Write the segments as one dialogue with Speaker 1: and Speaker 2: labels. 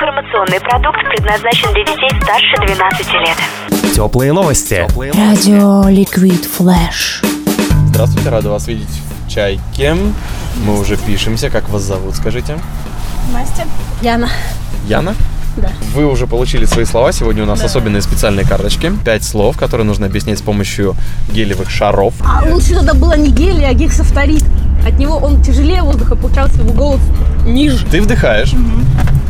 Speaker 1: Информационный продукт предназначен для детей старше 12 лет.
Speaker 2: Теплые новости.
Speaker 3: Радио Ликвид Флэш.
Speaker 4: Здравствуйте, рада вас видеть в чайке. Мы уже пишемся. Как вас зовут, скажите?
Speaker 3: Яна.
Speaker 4: Яна? Да. Вы уже получили свои слова. Сегодня у нас особенные специальные карточки. Пять слов, которые нужно объяснить с помощью гелевых шаров.
Speaker 5: А лучше тогда было не гелий, а гексофторит. От него он тяжелее воздуха, получается его голос ниже.
Speaker 4: Ты вдыхаешь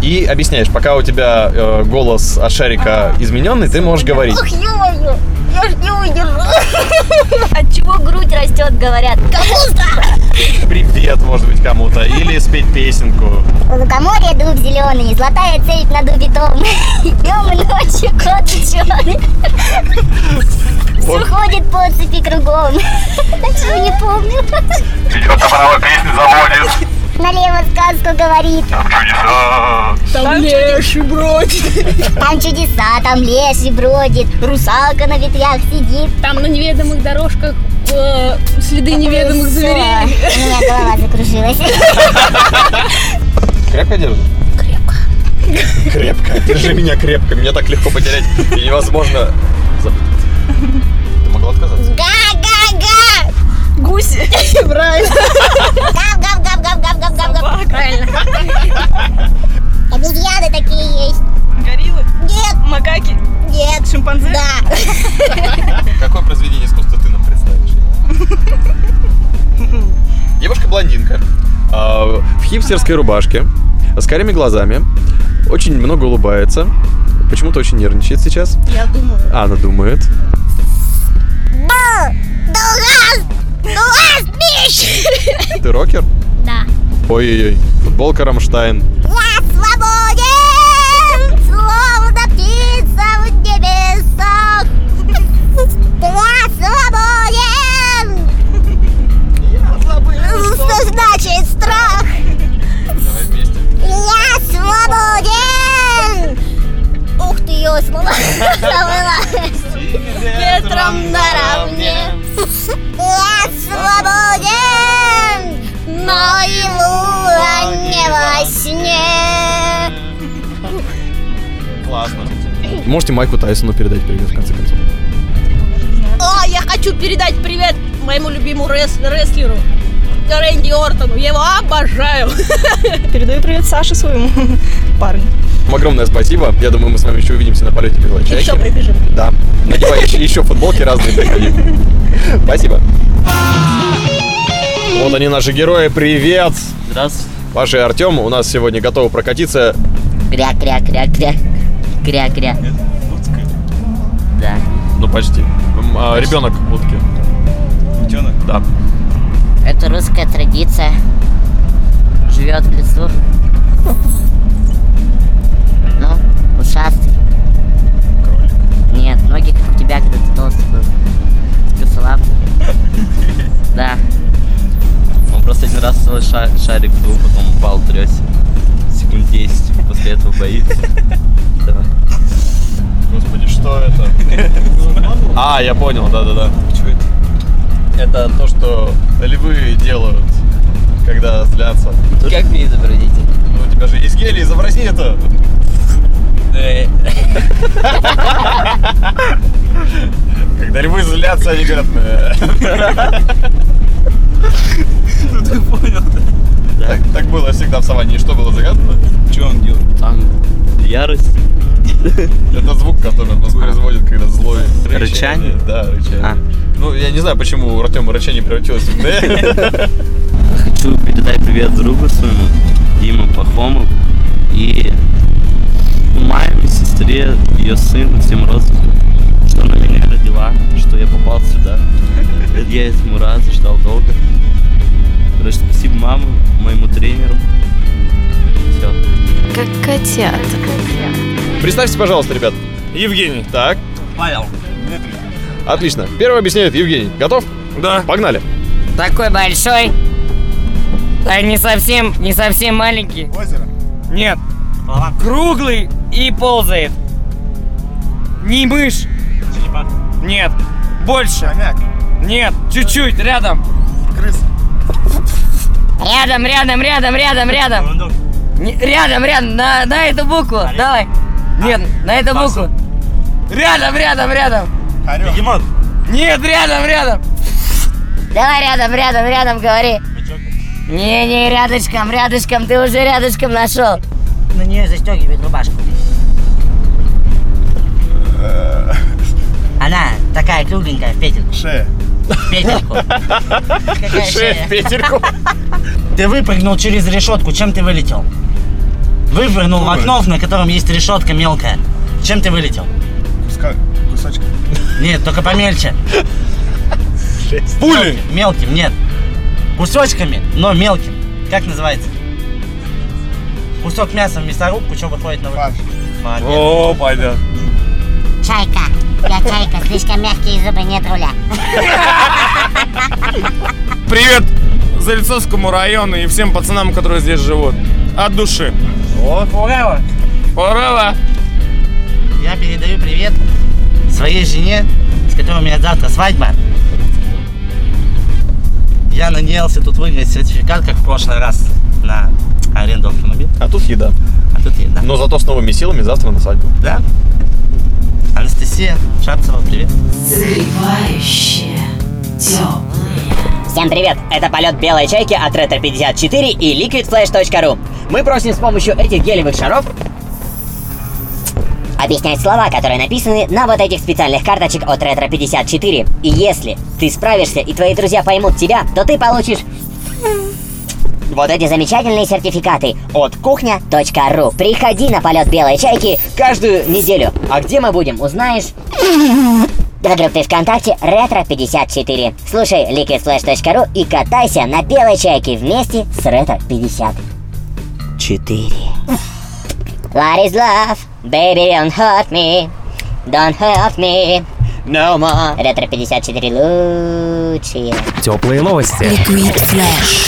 Speaker 4: и объясняешь. Пока у тебя э, голос от шарика измененный, ты можешь говорить.
Speaker 6: ё я ж не удержу. От чего грудь растет, говорят. Капуста.
Speaker 4: Привет, может быть, кому-то. Или спеть песенку.
Speaker 6: У лукоморья дуб зеленый, золотая цепь на дубе том. Днем и ночью кот ученый. Все ходит по цепи кругом. Чего не помню.
Speaker 4: Идет направо, песни заводит.
Speaker 6: Налево сказку говорит.
Speaker 5: Там леший бродит.
Speaker 6: Там чудеса, там лес и бродит. Русалка на ветвях сидит.
Speaker 5: Там на неведомых дорожках э, следы неведомых
Speaker 6: Всё.
Speaker 5: зверей.
Speaker 6: У меня голова закружилась.
Speaker 4: Крепко держишь? Крепко. Крепко. Держи меня крепко. Меня так легко потерять и невозможно запутаться. Ты могла отказаться?
Speaker 6: Га-га-га!
Speaker 5: Гуси. Правильно.
Speaker 6: Гав-гав-гав-гав-гав-гав-гав.
Speaker 5: Правильно.
Speaker 6: Обезьяны такие есть.
Speaker 5: Гориллы.
Speaker 6: Нет,
Speaker 5: Макаки.
Speaker 6: нет.
Speaker 5: Шимпанзе.
Speaker 6: Да.
Speaker 4: Какое произведение искусства ты нам представишь? Девушка-блондинка. а, В хипстерской рубашке, с карими глазами, очень много улыбается, почему-то очень нервничает сейчас.
Speaker 5: Я думаю.
Speaker 4: А, она думает.
Speaker 6: Бу! Дулас! Дулас, бич!
Speaker 4: Ты рокер?
Speaker 6: Да.
Speaker 4: Ой-ой-ой, футболка Рамштайн.
Speaker 6: Я свободен, словно птица в небесах. Я свободен. Ну, Что значит страх? Я свободен. Ух ты, ёсмала. Забыла.
Speaker 5: Ветром наравне.
Speaker 6: Я свободен, но и луна не во сне.
Speaker 4: Классно. Можете Майку Тайсону передать привет, в конце концов.
Speaker 5: О, А, я хочу передать привет моему любимому рес- рестлеру. Рэнди Ортону. Я его обожаю.
Speaker 7: Передаю привет Саше своему парню.
Speaker 4: Вам огромное спасибо. Я думаю, мы с вами еще увидимся на полете белой чайки.
Speaker 5: Еще прибежим.
Speaker 4: Да. Надевай еще, еще футболки разные приходи. Спасибо. Вот они, наши герои. Привет!
Speaker 8: Здравствуйте.
Speaker 4: Паша и Артем у нас сегодня готовы прокатиться.
Speaker 8: Кря-кря-кря-кря. Кря-кря. Да.
Speaker 4: Ну, почти. М, а, ребенок утки. Утенок? Да.
Speaker 8: Это русская традиция. Живет в лесу. Ну, ушастый. Нет, ноги как у тебя, когда ты толстый был. Косолап. Да. Он просто один раз целый шарик был, потом упал трясся. Секунд 10, после этого боится.
Speaker 4: Господи, что это? А, я понял, да-да-да. Чего это? Это то, что львы делают, когда злятся.
Speaker 8: Как мне изобразить?
Speaker 4: Ну, у тебя же есть гелий, изобрази это. Когда львы злятся, они говорят... Ну ты
Speaker 8: Ну,
Speaker 4: понял, да? Так было всегда в саванне. И Что было загадано? Что он делает?
Speaker 8: Там ярость.
Speaker 4: Это звук, который он воспроизводит, когда злой.
Speaker 8: Рычание?
Speaker 4: Да, рычание.
Speaker 8: А.
Speaker 4: Ну, я не знаю, почему у Артема рычание превратилось в «э».
Speaker 8: Хочу передать привет другу своему, Дима Пахому, и маме, сестре, ее сыну, всем родственникам, что она меня родила, что я попал сюда. Я этому рад, ждал долго. Короче, спасибо маму, моему тренеру. Все.
Speaker 3: Как котят.
Speaker 4: Представьте, пожалуйста, ребят. Евгений. Так.
Speaker 8: Павел.
Speaker 4: Отлично. Первый объясняет Евгений. Готов? Да. Погнали.
Speaker 9: Такой большой. А не совсем, не совсем маленький. Озеро? А. Нет. Круглый и ползает. Не мышь. Нет. Больше. Нет, чуть-чуть, рядом. Крыс. Рядом, рядом, рядом, рядом, рядом.
Speaker 5: Не- рядом, рядом, на, на эту букву. Давай. Нет,
Speaker 8: А,
Speaker 5: на эту букву. Рядом, рядом, рядом.
Speaker 9: Бегемот.
Speaker 5: Нет, рядом, рядом.
Speaker 10: Давай рядом, рядом, рядом говори. Не, не, рядышком, рядышком, ты уже рядышком нашел.
Speaker 8: На нее застегивает рубашку. Она такая кругленькая в петельку. Шея. В петельку. Какая
Speaker 4: Шея в петельку.
Speaker 8: Ты выпрыгнул через решетку, чем ты вылетел? Выпрыгнул в окно, на котором есть решетка мелкая. Чем ты вылетел? Кусочка. Нет, только помельче. Пули! Мелким, нет. Кусочками, но мелким. Как называется? Кусок мяса в мясорубку, что выходит на выход? Фарш.
Speaker 9: О, понятно.
Speaker 10: Чайка. Я чайка, слишком мягкие зубы, нет руля.
Speaker 9: Привет Залицовскому району и всем пацанам, которые здесь живут. От души. О,
Speaker 8: ура!
Speaker 9: Ура!
Speaker 8: Я передаю привет своей жене, с которой у меня завтра свадьба. Я надеялся тут выиграть сертификат, как в прошлый раз, на аренду автомобиля.
Speaker 4: А тут еда.
Speaker 8: А тут еда.
Speaker 4: Но зато с новыми силами завтра на свадьбу.
Speaker 8: Да. Анастасия Шапцева, привет.
Speaker 11: Согревающее, теплое. Всем привет! Это полет белой чайки от Retro 54 и liquidflash.ru. Мы просим с помощью этих гелевых шаров
Speaker 10: Объяснять слова, которые написаны на вот этих специальных карточек от Ретро 54.
Speaker 11: И если ты справишься и твои друзья поймут тебя, то ты получишь
Speaker 10: Вот эти замечательные сертификаты от кухня.ру. Приходи на полет белой чайки.
Speaker 11: каждую неделю. А где мы будем, узнаешь?
Speaker 10: До группы ВКонтакте Ретро 54. Слушай liquidflash.ru и катайся на белой чайке вместе с Ретро 54. What is love? Baby, don't hurt me. Don't hurt me. No more. Ретро 54 лучшие.
Speaker 12: Теплые новости.
Speaker 10: Liquid Flash.